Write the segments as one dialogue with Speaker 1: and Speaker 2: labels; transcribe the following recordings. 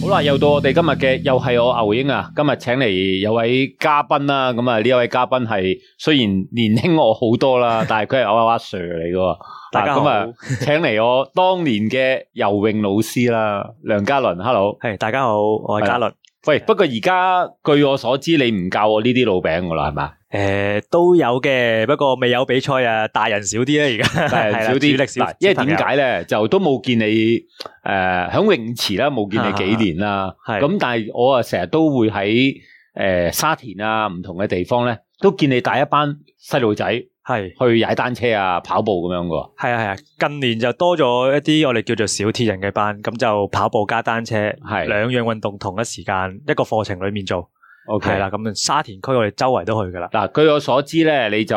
Speaker 1: 好啦，又到我哋今日嘅，又系我牛英啊！今日请嚟有位嘉宾啦，咁啊呢一位嘉宾系虽然年轻我好多 啦，但系佢系我阿 Sir 嚟噶。
Speaker 2: 大家好
Speaker 1: 咁啊，请嚟我当年嘅游泳老师啦，梁嘉伦，hello。
Speaker 2: 系大家好，我系嘉伦。
Speaker 1: 喂，不过而家据我所知，你唔教我呢啲老饼噶啦，系 嘛？
Speaker 2: 诶、都有嘅，不过未有比赛啊，大人少啲啦，而家
Speaker 1: 但係少
Speaker 2: 係啦主力
Speaker 1: 啲，
Speaker 2: 少
Speaker 1: 嗱，，因為
Speaker 2: 小朋友
Speaker 1: 點？解咧，就都冇見你誒喺泳池啦，冇
Speaker 2: 啊
Speaker 1: 見你幾年啦。
Speaker 2: 啊係
Speaker 1: 咁但係我啊成日都會喺誒沙田啊唔同嘅地方咧，都見你帶一班細路仔
Speaker 2: 系
Speaker 1: 去踩單車啊、跑步咁樣噶。
Speaker 2: 系啊系啊，近年就多咗一啲我哋叫做小鐵人嘅班，咁就跑步加單車，
Speaker 1: 係
Speaker 2: 兩樣運動同一時間一個課程里面做，
Speaker 1: OK
Speaker 2: 係啦。咁沙田區我哋周圍 都去噶啦，
Speaker 1: 嗱，據我所知咧，你就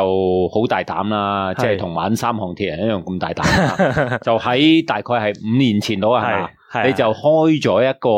Speaker 1: 好大膽啦，即係
Speaker 2: 係
Speaker 1: 同玩三項鐵人一樣咁大膽 啦。就喺大概係五年前到啊，係嘛
Speaker 2: 係？係
Speaker 1: 你就開咗一個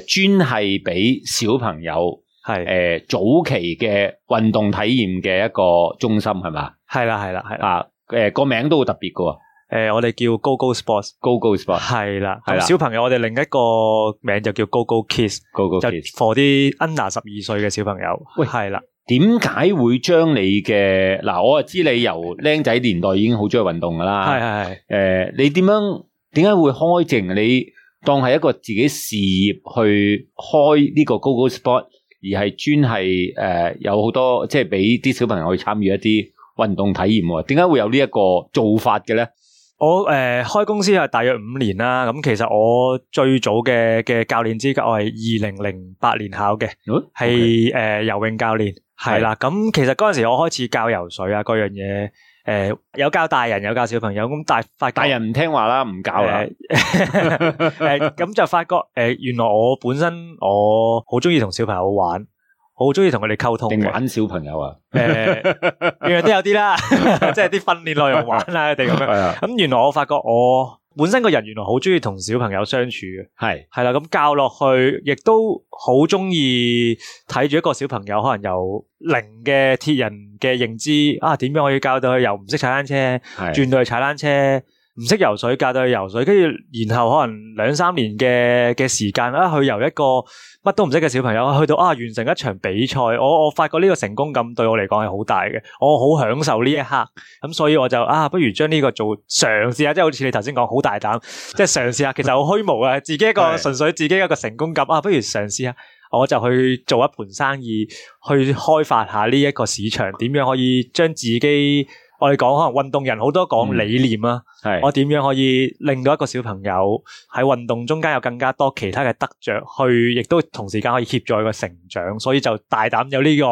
Speaker 1: 誒專係俾小朋友。
Speaker 2: 係
Speaker 1: 诶、早期嘅運動體驗嘅一個中心係嘛
Speaker 2: 係啦係啦係啦，
Speaker 1: 啊？诶、個名都好特別嘅
Speaker 2: 诶、我哋叫 Go Go Sports，
Speaker 1: ，Go Go Sport
Speaker 2: 係啦，
Speaker 1: 係
Speaker 2: 咁
Speaker 1: 啦
Speaker 2: 小朋友我哋另一個名就叫 Go Go Kids。
Speaker 1: Go Go
Speaker 2: 就
Speaker 1: Kids。
Speaker 2: for 啲 under 十二歲嘅小朋友，
Speaker 1: 喂
Speaker 2: 係啦，
Speaker 1: 點解會將你嘅嗱？我啊知你由僆仔年代已經好中意運動㗎
Speaker 2: 係
Speaker 1: 啦。
Speaker 2: 係係。
Speaker 1: 诶、你點樣點解會開正你當係一個自己事業去開呢個 Go Go Sport，而係專係诶有好多即係俾啲小朋友去參與一啲運動體驗喎？點解會有呢一個做法嘅咧？
Speaker 2: 我诶、呃、开公司係大約五年啦，咁其實我最早嘅嘅教練資格我係二零零八年考嘅，
Speaker 1: 嗯
Speaker 2: 係诶游泳教練係啦。咁其實嗰阵时我開始教游水啊，嗰樣嘢诶有教大人有教小朋友，咁但係發覺
Speaker 1: 大人唔聽話啦，唔教啊啦。
Speaker 2: 诶呃咁就發覺诶、呃原來我本身我好中意同小朋友玩，好中意同佢哋溝通
Speaker 1: 定
Speaker 2: 嘅。
Speaker 1: 玩小朋友啊？
Speaker 2: 诶，樣樣呃都有啲啦， 即係啲訓練內容玩啦，佢哋咁樣。
Speaker 1: 啊，
Speaker 2: 咁原來我發覺我本身個人原來好中意同小朋友相處嘅，
Speaker 1: 系
Speaker 2: 係啦，咁教落去亦都好中意睇住一個小朋友可能由零嘅鐵人嘅認知啊，點樣可以教到佢由唔識踩單車
Speaker 1: 系
Speaker 2: 轉到去踩單車。唔識游水，教到佢游水，跟住然後可能兩三年嘅嘅時間啊，去由一個乜都唔識嘅小朋友，去到啊完成一場比賽，我我發覺呢個成功感對我嚟講係好大嘅，我好享受呢一刻，咁所以我就啊，不如將呢個做嘗試下，即係好似你頭先講好大膽，即係嘗試下，其實好虛無啊，自己一個
Speaker 1: 係
Speaker 2: 純粹自己一個成功感啊，不如嘗試下。我就去做一盤生意，去開發下呢一個市場，點樣可以將自己我哋講可能運動人好多講
Speaker 1: 嗯
Speaker 2: 理念啊，
Speaker 1: 系
Speaker 2: 我點樣可以令到一個小朋友喺運動中間有更加多其他嘅得着，去亦都同時間可以協助佢嘅成長，所以就大膽有呢個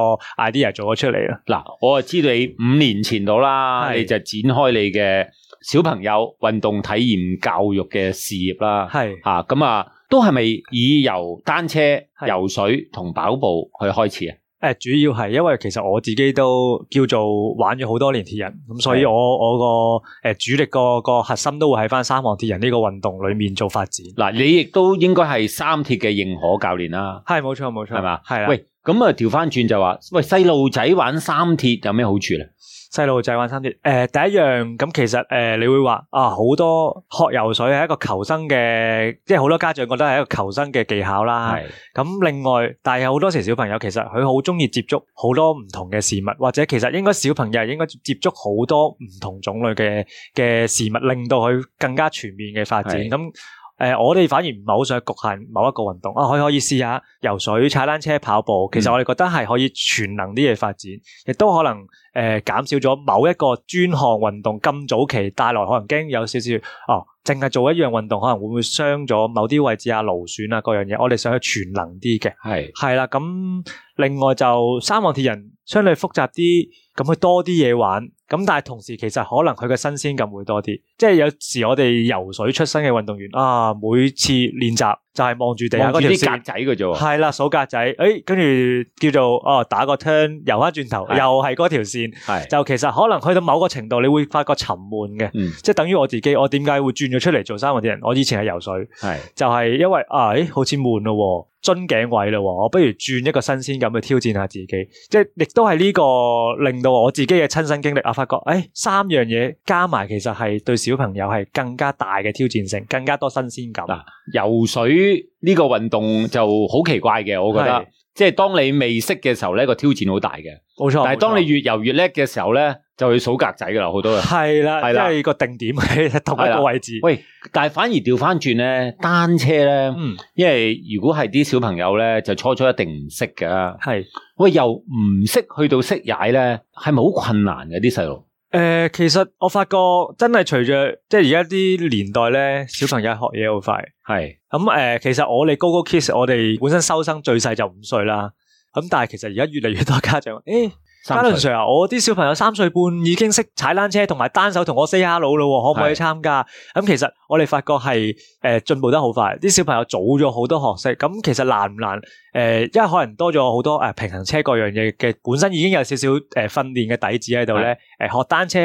Speaker 2: idea 做咗出嚟啦。
Speaker 1: 嗱，我啊知道你五年前到啦，
Speaker 2: 係
Speaker 1: 你就展開你嘅小朋友運動體驗教育嘅事業啦。
Speaker 2: 係
Speaker 1: 吓咁啊，都係咪以由單車、游水同跑步去開始啊？
Speaker 2: 誒、主要係因為其實我自己都叫做玩咗好多年鐵人，咁所以
Speaker 1: 係
Speaker 2: 我我個誒、主力個個核心都會喺翻三項鐵人呢個運動裡面做發展。
Speaker 1: 嗱，你亦都應該係三鐵嘅認可教練啦，
Speaker 2: 係冇錯冇錯，
Speaker 1: 係嘛？
Speaker 2: 係啦。
Speaker 1: 喂，咁啊，調翻轉就話，喂，細路仔玩三鐵有咩好處咧？
Speaker 2: 細路仔玩三鐵，誒、第一樣咁其實誒、你會話啊好多學游水係一個求生嘅，即係好多家長覺得係一個求生嘅技巧啦。
Speaker 1: 係
Speaker 2: 咁另外，但係有好多時小朋友其實佢好中意接觸好多唔同嘅事物，或者其實應該小朋友係應該接觸好多唔同種類嘅嘅事物，令到佢更加全面嘅發展。
Speaker 1: 係
Speaker 2: 咁誒、我哋反而唔係好想局限某一個運動啊，可以可以試下游水、踩單車、跑步。其實
Speaker 1: 嗯
Speaker 2: 我哋覺得係可以全能啲嘅發展，亦都可能。誒、減少咗某一個專項運動咁早期帶來可能驚有少少哦，淨係做一樣運動可能會唔會傷咗某啲位置啊、勞損啊各樣嘢，我哋想去全能啲嘅。
Speaker 1: 係
Speaker 2: 係啦，咁另外就三項鐵人相對複雜啲，咁佢多啲嘢玩，咁但係同時其實可能佢嘅新鮮感會多啲，即係有時我哋游水出身嘅運動員啊，每次練習就係望住地下
Speaker 1: 望住
Speaker 2: 嗰條
Speaker 1: 啲
Speaker 2: 線
Speaker 1: 格。仔嘅啫喎。
Speaker 2: 系啦，數格仔，诶、跟住叫做哦，打個 turn，游翻轉頭，
Speaker 1: 係
Speaker 2: 又係嗰條線，
Speaker 1: 係
Speaker 2: 就其實可能去到某個程度，你會發覺沉悶嘅，
Speaker 1: 嗯
Speaker 2: 即系等於我自己，我點解會轉咗出嚟做三項鐵人？我以前係游水，
Speaker 1: 係。
Speaker 2: 就係因為啊，咦，好似悶咯喎，樽頸位咯喎，我不如轉一個新鮮感去挑戰下自己，即係亦都係呢個令到我自己嘅親身經歷啊，發覺誒、哎三樣嘢加埋其實係對小朋友係更加大嘅挑戰性，更加多新鮮感。
Speaker 1: 嗱游水區呢個運動就好奇怪嘅，我覺
Speaker 2: 係
Speaker 1: 得。即係當你未識嘅時候咧，個挑戰好大嘅。
Speaker 2: 冇錯。
Speaker 1: 但係當你越游越叻嘅時候咧，就去數格仔噶啦，好多 人。
Speaker 2: 系啦，
Speaker 1: 係啦
Speaker 2: 即系个定点喺同一
Speaker 1: 係啦
Speaker 2: 个位置。
Speaker 1: 喂，但係反而調翻轉咧，單車咧，
Speaker 2: 嗯，
Speaker 1: 因為如果係啲小朋友咧，就初初一定唔識噶。
Speaker 2: 系。
Speaker 1: 喂，由唔識去到識踩咧，係咪好困難嘅啲細路？
Speaker 2: 诶、其实我发觉真系隨着即系而家啲年代咧，小朋友學嘢好快。
Speaker 1: 係
Speaker 2: 咁诶、誒其實我哋 Go Go Kids，我哋本身收生最細就五歲啦。咁但係其實而家越嚟越多家長， 诶、嘉
Speaker 1: 三歲
Speaker 2: 倫 Sir 啊，我啲小朋友三歲半已經識踩單車同埋單手同我 say hello 咯，可唔可以
Speaker 1: 係
Speaker 2: 參加？咁其實我哋發覺係诶呃进步得好快，啲小朋友早呃咗好多學識。咁其實難唔難？诶、呃因為可能多咗好多诶、誒平衡車各樣嘢嘅，本身已經有少少诶训练嘅底子喺度呃咧。诶、學單車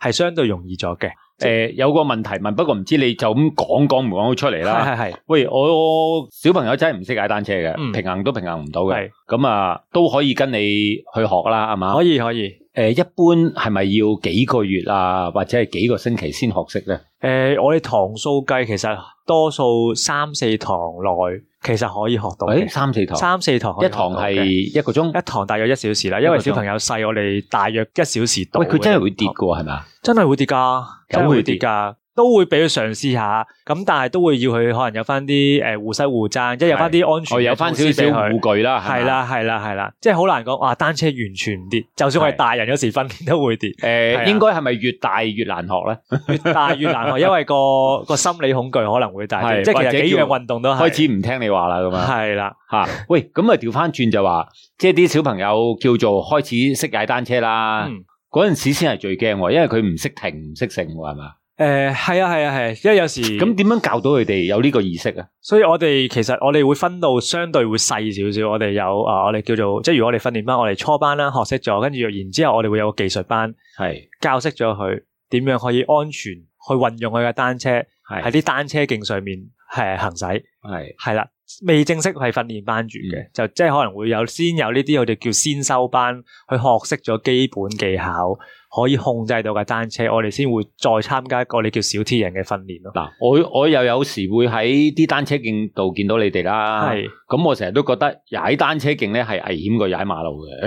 Speaker 2: 係相對容易咗嘅，
Speaker 1: 诶、有個問題問，不過唔知你就咁講講唔講到出嚟 啦。
Speaker 2: 係係係
Speaker 1: 喂，我小朋友真係唔識踩單車嘅，
Speaker 2: 嗯
Speaker 1: 平衡都平衡唔到嘅
Speaker 2: 係，
Speaker 1: 咁啊都可以跟你去學啦，係嘛？
Speaker 2: 可以可以。
Speaker 1: 诶、一般係咪要幾個月啊，或者係幾個星期先學識咧？
Speaker 2: 诶、呃我哋堂數計其實多數三四堂內其實可以學到
Speaker 1: 诶、
Speaker 2: 嘅，
Speaker 1: 三四堂，
Speaker 2: 三四堂可
Speaker 1: 一
Speaker 2: 以學到
Speaker 1: 堂
Speaker 2: 嘅
Speaker 1: 係一個鐘。
Speaker 2: 一堂大約一小時啦，因為
Speaker 1: 一個鐘
Speaker 2: 小朋友細，我哋大約一小時到。
Speaker 1: 喂，佢真係會跌嘅，喎，係咪啊？
Speaker 2: 真係會跌㗎，
Speaker 1: 有
Speaker 2: 真係
Speaker 1: 會
Speaker 2: 會
Speaker 1: 跌
Speaker 2: 跌㗎，都會俾佢嘗試下，咁但係都會要佢可能有翻啲呃诶互西互爭，即係有翻啲安全
Speaker 1: 我
Speaker 2: 嘅
Speaker 1: 哦有翻少
Speaker 2: 措施
Speaker 1: 少
Speaker 2: 俾佢
Speaker 1: 護具啦，係嘛
Speaker 2: 係。啦，係啦，係啦，即係好難講。哇！單車完全唔跌，就算我
Speaker 1: 係
Speaker 2: 哋大人有時訓練都會跌，
Speaker 1: 诶、
Speaker 2: 係啊
Speaker 1: 應該係咪越大越難學咧？
Speaker 2: 越大越難學，因為 個個心理恐懼可能會大
Speaker 1: 係
Speaker 2: 啲。即係其
Speaker 1: 或者
Speaker 2: 實幾
Speaker 1: 叫
Speaker 2: 樣運動都係
Speaker 1: 開始唔聽你話啦，咁啊。
Speaker 2: 係啦，
Speaker 1: 吓、喂，咁啊調翻轉就話，即係啲小朋友叫做開始識踩單車啦，
Speaker 2: 嗯
Speaker 1: 嗰陣、時先係最驚喎，因為佢唔識停唔識性喎，係嘛？
Speaker 2: 誒係啊係啊係，因為有時
Speaker 1: 咁點樣教到佢哋有呢個意識啊？
Speaker 2: 所以我哋其實我哋會分到相對會細少少，我哋有啊，我哋叫做即係如果我哋訓練班，我哋初班啦學識咗，跟住然之後我哋會有個技術班
Speaker 1: 係
Speaker 2: 教識咗佢點樣可以安全去運用佢嘅單車喺
Speaker 1: 係
Speaker 2: 啲單車徑上面係行駛，
Speaker 1: 係
Speaker 2: 係啦。未正式係訓練班住嘅，就即係可能會有先有呢啲我哋叫先修班，去學識咗基本技巧，可以控制到嘅單車，我哋先會再參加一個我哋叫小鐵人嘅訓練 咯。
Speaker 1: 嗱，我我又有時會喺啲單車徑度見到你哋啦，
Speaker 2: 係、
Speaker 1: 咁我成日都覺得踩單車徑咧係危險過踩馬 路嘅，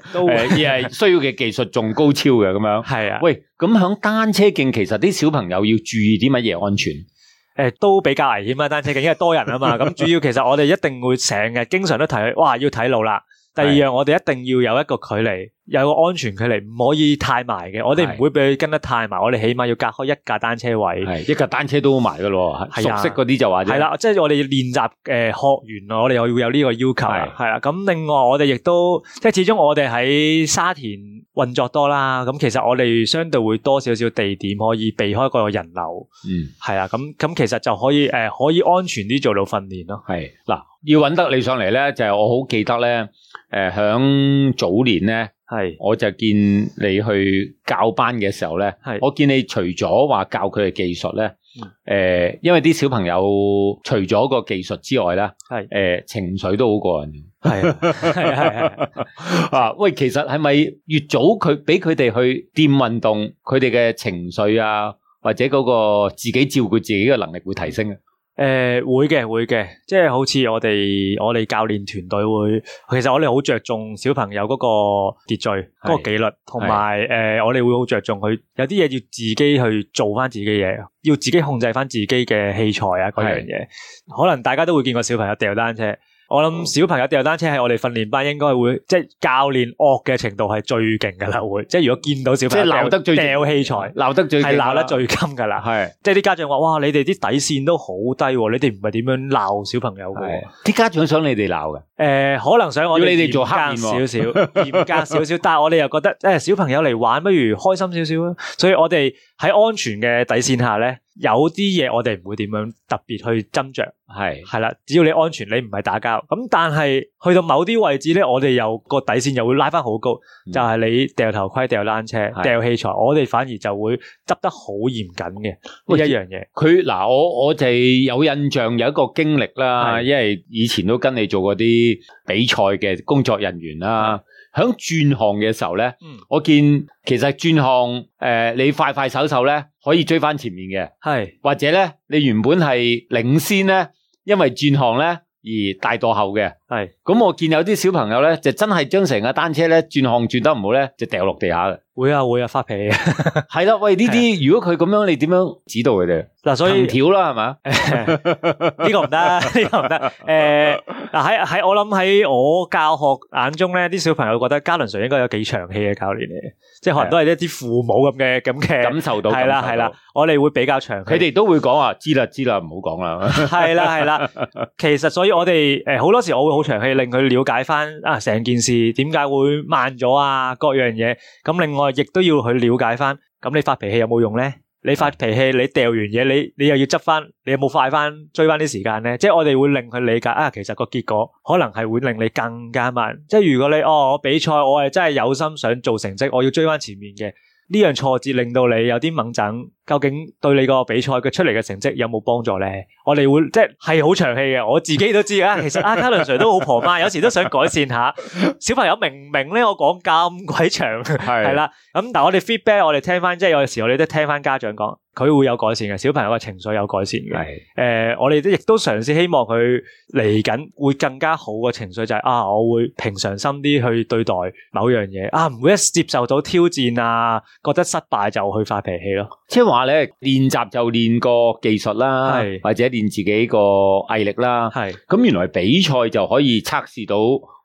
Speaker 2: 誒
Speaker 1: 誒
Speaker 2: 都會
Speaker 1: 而係需要嘅技術仲高超嘅咁樣。
Speaker 2: 係啊。
Speaker 1: 喂，咁響單車徑其實啲小朋友要注意啲乜嘢安全？
Speaker 2: 诶、都比較危險啦，單車徑，因為多人啊嘛。咁主要其實我哋一定會成日經常都提佢，哇，要睇路啦。第二
Speaker 1: 係
Speaker 2: 樣我哋一定要有一個距離，有個安全距離，唔可以太埋嘅。我哋
Speaker 1: 係
Speaker 2: 唔會俾佢跟得太埋，我哋起碼要隔開一架單車位。
Speaker 1: 系一架單車都好埋噶咯，熟
Speaker 2: 係啊
Speaker 1: 悉嗰啲就話啫
Speaker 2: 係，啦，即係我哋練習诶、呃、学完，我哋又要有呢個要求
Speaker 1: 係
Speaker 2: 啦。係啦，咁另外我哋亦都即係始終我哋喺沙田運作多啦，咁其實我哋相對會多少少地點可以避開個人流，
Speaker 1: 嗯，
Speaker 2: 係啦，咁咁其實就可以诶、呃可以安全啲做到訓練咯。
Speaker 1: 係嗱，要揾得你上嚟咧，就係我好記得咧，诶、響早年咧，
Speaker 2: 系
Speaker 1: 我就見你去教班嘅時候咧，
Speaker 2: 係
Speaker 1: 我見你除咗話教佢嘅技術咧
Speaker 2: 嗯，
Speaker 1: 诶、因為啲小朋友除咗個技術之外啦，
Speaker 2: 係
Speaker 1: 诶、情緒都好過 人。
Speaker 2: 系系
Speaker 1: 啊，喂，其實係咪越早佢俾佢哋去掂運動，佢哋嘅情緒啊，或者嗰個自己照顧自己嘅能力會提升啊？
Speaker 2: 诶呃会嘅會嘅，即係好似我哋我哋教練團隊會，其實我哋好着重小朋友嗰個秩序、嗰個紀律，同埋诶我哋會好着重佢有啲嘢要自己去做翻自己嘢，要自己控制翻自己嘅器材啊嗰樣嘢。可能大家都會見過小朋友掉單車。我
Speaker 1: 嗯
Speaker 2: 諗小朋友掉單車係我哋訓練班應該會，即係教練惡嘅程度係最勁噶啦，會即係如果見到小朋友
Speaker 1: 即係鬧
Speaker 2: 掉
Speaker 1: 得最
Speaker 2: 掉器材，係
Speaker 1: 鬧得最勁
Speaker 2: 鬧
Speaker 1: 啦
Speaker 2: 得最金噶啦。
Speaker 1: 係
Speaker 2: 即係啲家長話：，哇，你哋啲底線都好低喎，你哋唔係點樣鬧小朋友嘅喎
Speaker 1: 係？哦啲家長想你哋鬧嘅，
Speaker 2: 诶、可能想我
Speaker 1: 要你哋
Speaker 2: 嚴
Speaker 1: 做黑面
Speaker 2: 格
Speaker 1: 喎
Speaker 2: 少少，嚴格少少，但係我哋又覺得，诶、小朋友嚟玩，不如開心少少啊！所以我哋喺安全嘅底線下咧，有啲嘢我哋唔會點樣特別去斟酌，
Speaker 1: 係
Speaker 2: 係啦，只要你安全，你唔係打交。咁但係去到某啲位置咧，我哋又個底線又會拉翻好高，
Speaker 1: 嗯
Speaker 2: 就係你掉頭盔、掉單車、
Speaker 1: 係
Speaker 2: 掉器材，我哋反而就會執得好嚴謹嘅
Speaker 1: 喂
Speaker 2: 呢一樣嘢。
Speaker 1: 佢嗱，我我就係有印象有一個經歷啦，
Speaker 2: 係
Speaker 1: 因為以前都跟你做過啲比賽嘅工作人員啦。響轉行嘅時候咧，
Speaker 2: 嗯
Speaker 1: 我見其實轉行誒、呃你快快手手咧可以追翻前面嘅。
Speaker 2: 係。
Speaker 1: 或者咧，你原本係領先咧，因為轉行咧而大墮後嘅。
Speaker 2: 係
Speaker 1: 咁我見有啲小朋友咧，就真係將成架單車咧轉行轉得唔好咧，就掉落地下嘅。
Speaker 2: 會啊會啊發脾氣啊
Speaker 1: 係啦，喂，呢啲如果佢咁樣，你點樣指導佢哋？
Speaker 2: 嗱，啊所
Speaker 1: 藤
Speaker 2: 以
Speaker 1: 條啦，係嘛？
Speaker 2: 呢個唔得， 呢個唔得。诶，嗱喺喺我諗喺我教學眼中咧，啲小朋友覺得嘉倫 Sir 應該有幾長氣嘅教練嚟嘅，即系可能都係一啲父母咁嘅咁嘅。
Speaker 1: 感受到
Speaker 2: 係
Speaker 1: 感
Speaker 2: 啦
Speaker 1: 受到
Speaker 2: 係啦，我哋會比較長氣。
Speaker 1: 佢哋都會講話知啦知啦，唔好講 啦。
Speaker 2: 係啦係啦，其實所以我哋诶好多時我會好長氣，令佢了解翻啊成件事點解會慢咗啊各樣嘢。咁另外亦都要去了解翻，咁你發脾氣有冇用咧？你發脾氣，你掉完嘢，你你又要執翻，你有冇快翻追翻啲時間咧？即係我哋會令佢理解啊，其實個結果可能係會令你更加慢。即係如果你哦，我比賽我係真係有心想做成績，我要追翻前面嘅呢樣挫折，令到你有啲掹整，究竟對你個比賽嘅出嚟嘅成績有冇幫助咧？我哋會即係係好長氣嘅，我自己都知啊。其實阿卡倫 Sir 都好婆媽，有時都想改善下。小朋友明唔明咧？我講咁鬼長。
Speaker 1: 係
Speaker 2: 系，啦，咁但系我哋 feedback，我哋聽翻，即係有時我哋都聽翻家長講，佢會有改善嘅，小朋友嘅情緒有改善嘅。
Speaker 1: 係
Speaker 2: 诶、呃我哋都亦都嘗試希望佢嚟緊會更加好嘅情緒就係啊，我會平常心啲去對待某樣嘢啊，唔會一接受到挑戰啊，覺得失敗就去發脾氣咯。
Speaker 1: 即係話咧，練習就練個技術啦
Speaker 2: 係，
Speaker 1: 或者練自己個毅力啦。
Speaker 2: 係
Speaker 1: 咁原來比賽就可以測試到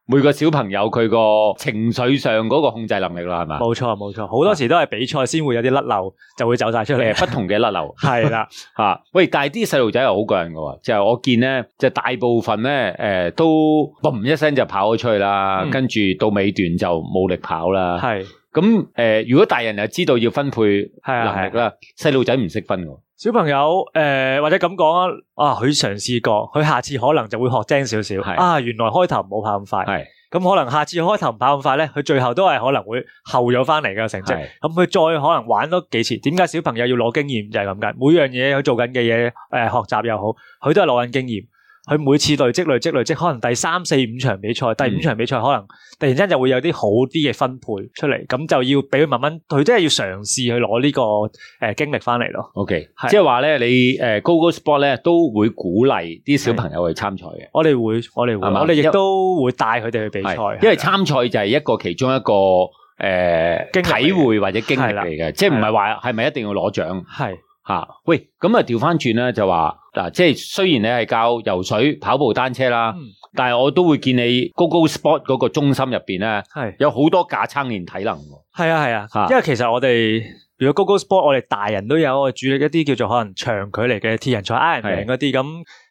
Speaker 1: 每個小朋友佢個情緒上嗰個控制能力啦，係嘛？
Speaker 2: 冇錯冇錯，好
Speaker 1: 啊
Speaker 2: 多時都係比賽先會有啲甩漏，就會走晒出
Speaker 1: 誒、
Speaker 2: 嚟。
Speaker 1: 不同嘅甩流。
Speaker 2: 係啦，
Speaker 1: 吓、啊喂！但系啲細路仔又好過癮嘅喎，就係我見咧，就大部分咧，诶、都嘣一聲就跑咗出去啦，
Speaker 2: 嗯
Speaker 1: 跟住到尾段就冇力跑啦。
Speaker 2: 係
Speaker 1: 咁诶、誒如果大人又知道要分配
Speaker 2: 係啊
Speaker 1: 能力啦，細路仔唔識分嘅。
Speaker 2: 小朋友诶、呃或者咁講啊，啊，佢嘗試過，佢下次可能就會學精少少。
Speaker 1: 係
Speaker 2: 啊，原來開頭唔好跑咁快，
Speaker 1: 係
Speaker 2: 咁可能下次開頭唔跑咁快咧，佢最後都係可能會後咗翻嚟嘅成績。
Speaker 1: 係
Speaker 2: 咁佢再可能玩多幾次，點解小朋友要攞經驗就係咁解？每樣嘢佢做緊嘅嘢，诶、學習又好，佢都係攞緊經驗。佢每次累積累積累積，可能第三四五場比賽，第五
Speaker 1: 嗯
Speaker 2: 場比賽可能突然間就會有啲好啲嘅分配出嚟，咁就要俾佢慢慢，佢真係要嘗試去攞呢、個誒經歷翻嚟咯。
Speaker 1: ，OK，
Speaker 2: 係
Speaker 1: 即係話咧，你诶 g o g o Sport 咧都會鼓勵啲小朋友去參賽嘅。
Speaker 2: 我哋會，我哋會，
Speaker 1: 係嘛
Speaker 2: 我哋
Speaker 1: 因
Speaker 2: 亦都會帶佢哋去比賽
Speaker 1: 係，因為
Speaker 2: 係啦
Speaker 1: 參賽就係一個其中一個诶、
Speaker 2: 經歷嚟嘅
Speaker 1: 體會或者經歷
Speaker 2: 係啦
Speaker 1: 嚟嘅，即係唔係話係咪一定要攞獎？
Speaker 2: 係
Speaker 1: 吓、喂，咁啊調翻轉咧就話嗱，即係雖然你係教游水、跑步、單車啦，
Speaker 2: 嗯
Speaker 1: 但係我都會見你 Go Go Sport 嗰個中心入边咧，
Speaker 2: 係
Speaker 1: 有好多架撐練體能喎。
Speaker 2: 係啊係
Speaker 1: 嚇
Speaker 2: 啊，因為其實我哋如果 GoGo Sport，我哋大人都有我哋主力一啲叫做可能長距離嘅鐵人賽、Ironman 嗰啲咁。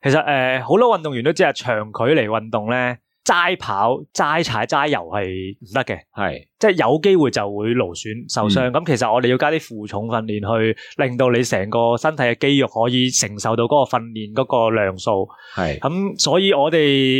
Speaker 2: 其實誒好多運動員都知係長距離運動咧，齋跑、齋踩、齋遊係唔得嘅。
Speaker 1: 係
Speaker 2: 即係有機會就會勞損受傷。咁、其實我哋要加啲負重訓練，去令到你成個身體嘅肌肉可以承受到嗰個訓練嗰個量數。
Speaker 1: 係
Speaker 2: 咁所以我哋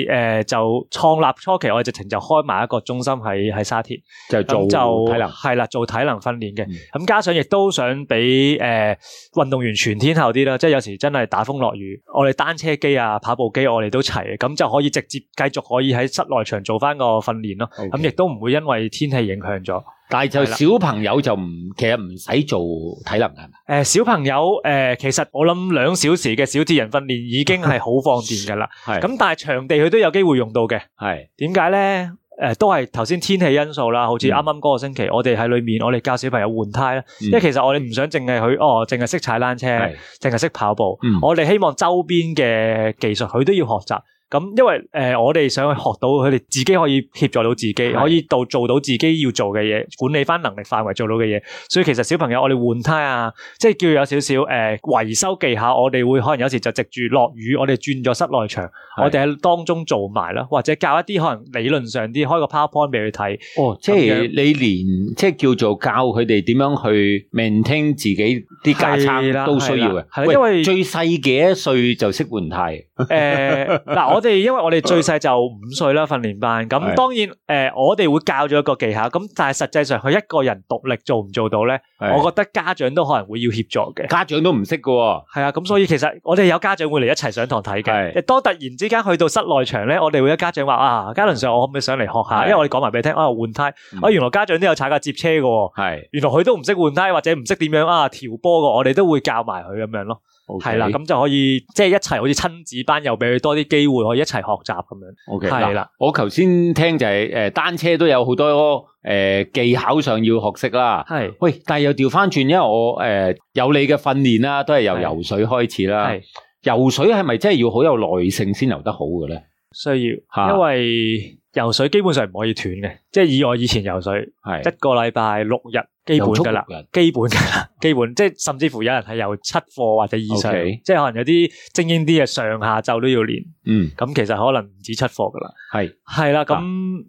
Speaker 2: 誒、呃就創立初期，我哋直情就開埋一個中心喺喺沙田，
Speaker 1: 就
Speaker 2: 咁
Speaker 1: 做
Speaker 2: 就
Speaker 1: 體能。
Speaker 2: 係啦，做體能訓練嘅。
Speaker 1: 嗯
Speaker 2: 咁、加上亦都想俾誒、呃、運動員全天候啲啦，即係有時真係打風落雨，我哋單車機啊、跑步機我哋都齊，咁就可以直接繼續可以喺室內場做翻個訓練咯。
Speaker 1: OK
Speaker 2: 咁亦都唔會因為天氣影響咗。
Speaker 1: 但係就
Speaker 2: 係啦
Speaker 1: 小朋友就唔，其實唔使做體能係咪？
Speaker 2: 诶、呃小朋友，诶、其實我諗兩小時嘅小鐵人訓練已經係好放電㗎啦。
Speaker 1: 係
Speaker 2: 咁但係場地佢都有機會用到嘅。
Speaker 1: 係
Speaker 2: 點解咧？诶、都係頭先天氣因素啦。好似啱啱嗰個星期，我哋喺裏面，我哋教小朋友換胎啦。
Speaker 1: 嗯
Speaker 2: 因為其實我哋唔想淨係佢哦，淨係識踩單車，
Speaker 1: 係
Speaker 2: 淨係識跑步。
Speaker 1: 嗯
Speaker 2: 我哋希望周邊嘅技術佢都要學習。咁因為诶、誒我哋想去學到佢哋自己可以協助到自己，
Speaker 1: 係
Speaker 2: 可以到做到自己要做嘅嘢，管理翻能力範圍做到嘅嘢。所以其實小朋友我哋換胎啊，即係叫有少少诶維修技巧，我哋會可能有時就藉住落雨，我哋轉咗室內場，我哋喺當中做埋啦，或者教一啲可能理論上啲開個 PowerPoint 俾佢睇，
Speaker 1: 哦，即
Speaker 2: 咁
Speaker 1: 係
Speaker 2: 樣
Speaker 1: 你連即係叫做教佢哋點樣去 maintain 自己啲架
Speaker 2: 係
Speaker 1: 撐
Speaker 2: 啦
Speaker 1: 都需要
Speaker 2: 係啦係
Speaker 1: 嘅。
Speaker 2: 啦
Speaker 1: 喂
Speaker 2: 因為
Speaker 1: 最細幾多歲就識換胎？
Speaker 2: 呃诶，嗱，我哋因為我哋最細就五歲啦，訓練班。咁
Speaker 1: 係
Speaker 2: 當然诶、呃我哋會教咗一個技巧。咁但係實際上佢一個人獨立做唔做到咧？
Speaker 1: 係
Speaker 2: 我覺得家長都可能會要協助嘅。
Speaker 1: 家長都唔識嘅喎，
Speaker 2: 係啊，咁所以其實我哋有家長會嚟一齊上堂睇嘅。
Speaker 1: 係
Speaker 2: 當突然之間去到室內場咧，我哋會有家長話啊，嘉倫 Sir，我可唔可以上嚟學下？
Speaker 1: 係
Speaker 2: 因為我哋講埋俾你聽，啊換胎，
Speaker 1: 嗯
Speaker 2: 啊原來家長都有踩架接車嘅喎。
Speaker 1: 係
Speaker 2: 原來佢都唔識換胎或者唔識點樣啊調波嘅，我哋都會教埋佢咁樣咯。
Speaker 1: ，OK，
Speaker 2: 係啦，咁就可以即係一齊好似親子班，又俾佢多啲機會可以一齊學習咁樣。
Speaker 1: OK，
Speaker 2: 係
Speaker 1: 嗱
Speaker 2: 啦，
Speaker 1: 我頭先聽就係誒單車都有好多誒技巧上要學識啦。
Speaker 2: 係
Speaker 1: 喂，但係又調翻轉，因為我誒有你嘅訓練啦，都係由
Speaker 2: 係
Speaker 1: 游水開始啦。
Speaker 2: 係
Speaker 1: 游水係咪真係要好有耐性先游得好嘅咧？
Speaker 2: 需
Speaker 1: 嚇
Speaker 2: 要，因為游水基本上唔可以斷嘅，即係以我以前游水
Speaker 1: 係
Speaker 2: 一個禮拜六日基本㗎啦
Speaker 1: 游足六日，
Speaker 2: 基本㗎啦， 基本即係甚至乎有人係游七課或者以上
Speaker 1: OK
Speaker 2: 即係可能有啲精英啲嘅上下晝都要練，
Speaker 1: 嗯，
Speaker 2: 咁其實可能唔止七課㗎啦。
Speaker 1: 係
Speaker 2: 係啦，咁
Speaker 1: 啊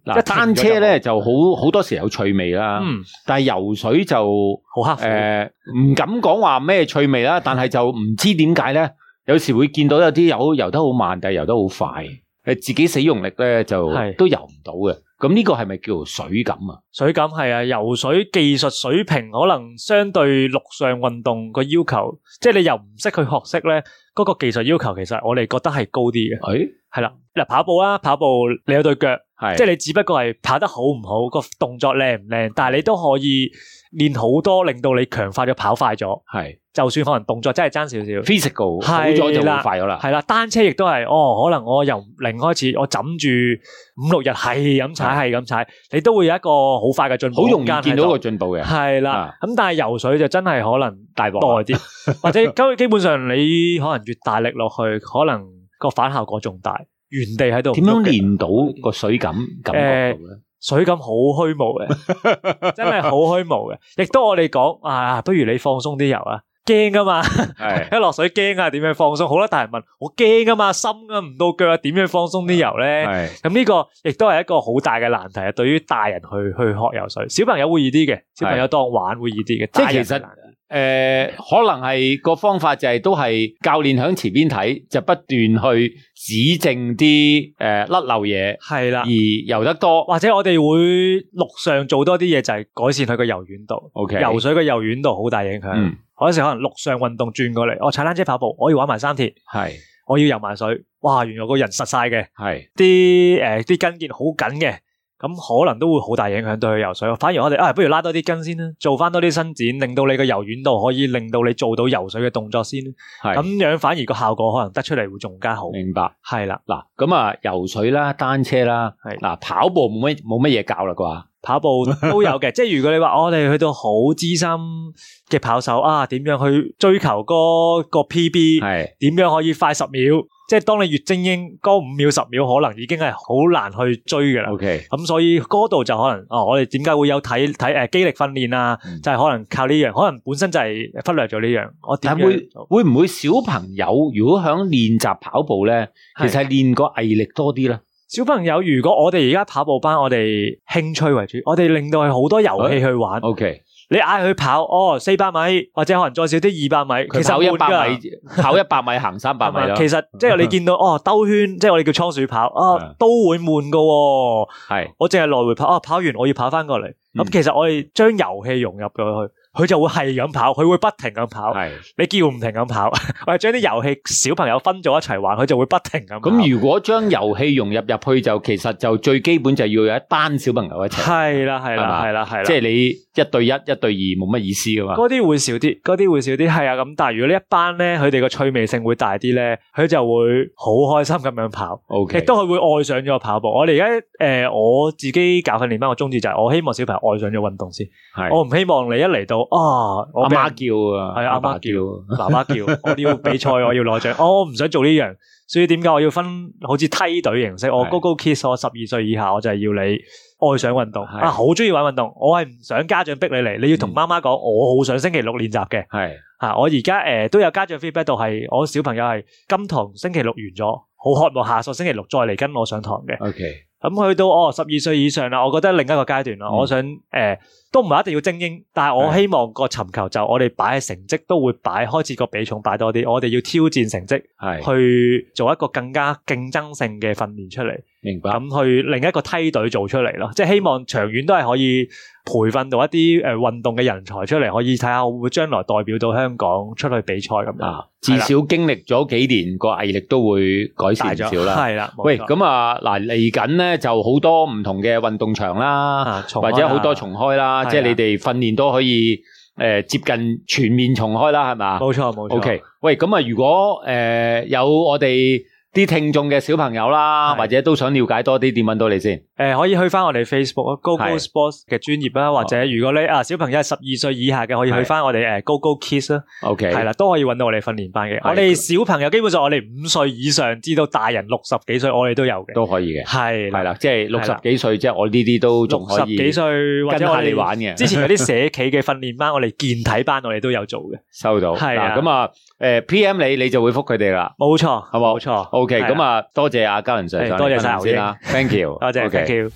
Speaker 1: 嗱，
Speaker 2: 一停咗
Speaker 1: 單
Speaker 2: 就
Speaker 1: 車咧就好好多時有趣味啦，
Speaker 2: 嗯
Speaker 1: 但係游水就
Speaker 2: 啊好刻苦。
Speaker 1: 誒呃唔敢講話咩趣味啦，但係就唔知點解咧，有時會見到有啲游游得好慢，但係游得好快，誒自己使用力咧就
Speaker 2: 係
Speaker 1: 都游唔到嘅。咁呢個係咪叫做水感啊？
Speaker 2: 水感系啊，游水技術水平可能相對陸上運動個要求，即係你又唔識去學識咧，嗰、個技術要求其實我哋覺得係高啲嘅，
Speaker 1: 誒
Speaker 2: 係啦。嗱，跑步啦，跑步你有對腳，
Speaker 1: 係
Speaker 2: 即係你只不過係跑得好唔好，個動作靚唔靚，但係你都可以練好多，令到你強化咗跑快咗，
Speaker 1: 係
Speaker 2: 就算可能動作真係爭少少。
Speaker 1: physical
Speaker 2: 係啦
Speaker 1: 好咗就會快咗啦。
Speaker 2: 系啦，單車亦都係，哦，可能我由零開始，我枕住五六日係咁踩，係咁踩，你都會有一個好快嘅進步
Speaker 1: 好容
Speaker 2: 空間喺
Speaker 1: 易
Speaker 2: 度。
Speaker 1: 見到個進步嘅，
Speaker 2: 系
Speaker 1: 啊
Speaker 2: 啦，咁但系游水就真系可能
Speaker 1: 大
Speaker 2: 耐
Speaker 1: 鑊啊
Speaker 2: 啲， 或者基基本上你可能越大力落去，可能個反效果仲大。原地喺度唔
Speaker 1: 點樣
Speaker 2: 喐嘅
Speaker 1: 練到個水感感覺到咧？
Speaker 2: 水感好虛無嘅， 真係好虛無嘅。亦都我哋講啊，不如你放鬆啲游啊，驚噶嘛，
Speaker 1: 係
Speaker 2: 一落水驚啊，點樣放鬆？好啦，大人問我驚噶嘛，心啊唔到腳啊，點樣放鬆啲游咧？
Speaker 1: 係
Speaker 2: 咁呢個亦都係一個好大嘅難題啊！對於大人去去學游水，小朋友會易啲嘅，小朋友當玩會易啲嘅。
Speaker 1: 即係
Speaker 2: 大人
Speaker 1: 其實
Speaker 2: 難
Speaker 1: 誒，可能係個方法就係都係教練喺前邊睇，就不斷去指正啲誒甩漏嘢，
Speaker 2: 係啦
Speaker 1: 而。游得多。
Speaker 2: 或者我哋會陸上做多啲嘢，就係改善佢個柔軟度。
Speaker 1: OK，
Speaker 2: 游水嘅柔軟度好大影響。
Speaker 1: 嗯
Speaker 2: 我有時可能陸上運動轉過嚟，我踩單車跑步，我要玩埋三鐵，
Speaker 1: 系
Speaker 2: 我要游埋水。哇！原來個人實晒嘅，
Speaker 1: 系
Speaker 2: 啲誒啲筋腱好緊嘅，咁可能都會好大影響對佢游水。反而我哋啊，不如拉多啲筋先啦，做翻多啲伸展，令到你個柔軟度可以令到你做到游水嘅動作先啦。咁
Speaker 1: 系，嗯
Speaker 2: 樣反而個效果可能得出嚟會仲加好。
Speaker 1: 明白
Speaker 2: 係啦，
Speaker 1: 嗱。咁啊，游水啦，單車啦，
Speaker 2: 係
Speaker 1: 嗱，跑步冇乜冇乜嘢教啦啩，
Speaker 2: 跑步都有嘅，即系如果你话我哋去到好資深嘅跑手啊，點樣去追求嗰個 PB，
Speaker 1: 係
Speaker 2: 點樣可以快十秒？即係當你越精英，嗰五秒十秒可能已經係好難去追噶啦。
Speaker 1: OK
Speaker 2: 咁所以嗰度就可能哦，我哋點解會有睇睇诶肌力訓練啊？
Speaker 1: 嗯
Speaker 2: 就係可能靠呢樣，可能本身就係忽略咗呢樣。我點
Speaker 1: 但
Speaker 2: 樣
Speaker 1: 會會唔會小朋友如果響練習跑步咧，其
Speaker 2: 係
Speaker 1: 實係練個毅力多啲咧？
Speaker 2: 小朋友？如果我哋而家跑步班，我哋興趣為主，我哋令到佢好多遊戲去玩。
Speaker 1: OK，
Speaker 2: 你嗌佢跑哦四百米，或者可能再少啲二百米，其
Speaker 1: 佢
Speaker 2: 實
Speaker 1: 跑一百米
Speaker 2: 悶㗎。，
Speaker 1: 跑一百米行三 百米嗯
Speaker 2: 係嘛
Speaker 1: 啦，
Speaker 2: 其實即係你見到哦兜圈，即係我哋叫倉鼠跑
Speaker 1: 係
Speaker 2: 啊，都會悶噶、喎。
Speaker 1: 係
Speaker 2: 我淨係來回跑，啊跑完我要跑翻過嚟。咁、
Speaker 1: 嗯
Speaker 2: 其實我哋將遊戲融入咗去，佢就會係咁跑，佢會不停咁跑，
Speaker 1: 係。
Speaker 2: 你叫唔停咁跑。 我哋將啲遊戲小朋友分咗一齊玩，佢就會不停咁跑。
Speaker 1: 咁如果將遊戲融入入去，就其實就最基本就要有一班小朋友一齊，
Speaker 2: 係啦係
Speaker 1: 係
Speaker 2: 啦
Speaker 1: 嘛
Speaker 2: 係啦係啦，
Speaker 1: 即係你一對一、一對二冇乜意思噶嘛。
Speaker 2: 嗰啲會少啲，嗰啲會少啲，係啊咁。但係如果呢一班咧，佢哋個趣味性會大啲咧，佢就會好開心咁樣跑，
Speaker 1: O K，
Speaker 2: 亦都佢會愛上咗跑步。我哋而家誒我自己教訓練班，我宗旨就係我希望小朋友愛上咗運動先，
Speaker 1: 係
Speaker 2: 我唔希望你一嚟到啊，我
Speaker 1: 阿
Speaker 2: 俾
Speaker 1: 媽
Speaker 2: 人
Speaker 1: 叫啊，
Speaker 2: 係啊阿
Speaker 1: 爸
Speaker 2: 媽叫，爸爸叫，我要比賽，我要攞獎，我唔想做呢樣，所以點解我要分好似梯隊形式？我
Speaker 1: 係
Speaker 2: Go Go Kids，我十二歲以下，我就係要你愛上運動
Speaker 1: 係
Speaker 2: 啊，好中意玩運動，我係唔想家長逼你嚟，你要同
Speaker 1: 嗯
Speaker 2: 媽媽講，我好想星期六練習嘅
Speaker 1: 係
Speaker 2: 啊，我而家誒都有家長 feedback 到係我小朋友係今堂星期六完咗，好渴望下個星期六再嚟跟我上堂嘅。
Speaker 1: O K，
Speaker 2: 咁去到哦十二歲以上啦，我覺得另一個階段啦，
Speaker 1: 嗯
Speaker 2: 我想诶、呃都唔係一定要精英，但係我
Speaker 1: 係
Speaker 2: 希望個尋求就我哋擺嘅成績都會擺開始個比重擺多啲，我哋要挑戰成績
Speaker 1: 系
Speaker 2: 去做一個更加競爭性嘅訓練出嚟，
Speaker 1: 明白，
Speaker 2: 咁去另一個梯隊做出嚟咯，即係希望長遠都係可以培訓到一啲诶运动嘅人才出嚟，可以睇下會唔會將來代表到香港出去比賽咁樣。
Speaker 1: 啊，至少經歷咗幾年個毅力都會改
Speaker 2: 大
Speaker 1: 善
Speaker 2: 咗
Speaker 1: 少啦。
Speaker 2: 系啦，冇
Speaker 1: 喂，
Speaker 2: 錯
Speaker 1: 咁啊嗱，嚟緊咧就好多唔同嘅運動場啦，
Speaker 2: 啊重
Speaker 1: 或
Speaker 2: 開
Speaker 1: 者
Speaker 2: 啦
Speaker 1: 好多重開啦，
Speaker 2: 係啊
Speaker 1: 即係你哋訓練都可以诶接近全面重開啦，係嘛
Speaker 2: 冇錯冇錯。
Speaker 1: ？OK，喂，咁啊，如果诶有我哋啲聽眾嘅小朋友啦，
Speaker 2: 係
Speaker 1: 或者都想了解多啲，點揾到你先？
Speaker 2: 诶、可以去翻我哋 Facebook 啊，Go Go
Speaker 1: 係
Speaker 2: Sports 嘅專業
Speaker 1: 哦
Speaker 2: 啦，或者如果你啊小朋友係十二歲以下嘅，可以去翻我哋诶呃 Go Go Kids 啦，
Speaker 1: OK，
Speaker 2: 係啦，都可以揾到我哋訓練班嘅。
Speaker 1: 係
Speaker 2: 我哋小朋友基本上我哋五歲以上，至到大人六十幾歲，我哋都有嘅。
Speaker 1: 都可以嘅，
Speaker 2: 係
Speaker 1: 係
Speaker 2: 啦，
Speaker 1: 啦，即係六
Speaker 2: 係
Speaker 1: 十
Speaker 2: 啦
Speaker 1: 幾歲，即係我呢啲都仲
Speaker 2: 六
Speaker 1: 可
Speaker 2: 十
Speaker 1: 以
Speaker 2: 幾歲或
Speaker 1: 跟
Speaker 2: 者我
Speaker 1: 下你
Speaker 2: 哋
Speaker 1: 玩嘅。
Speaker 2: 之前有啲社企嘅訓練班，我哋健體班我哋都有做嘅。
Speaker 1: 收到，
Speaker 2: 係啊
Speaker 1: 嗱咁啊，诶 P.M. 你你就會覆佢哋啦。
Speaker 2: 冇錯，
Speaker 1: 好冇
Speaker 2: 冇錯。
Speaker 1: OK，
Speaker 2: 係啦
Speaker 1: 咁啊，多謝阿嘉倫 Sir，
Speaker 2: 係
Speaker 1: 上嚟
Speaker 2: 多謝晒
Speaker 1: 分享先啦，thank you，
Speaker 2: 多謝
Speaker 1: OK
Speaker 2: ，thank you。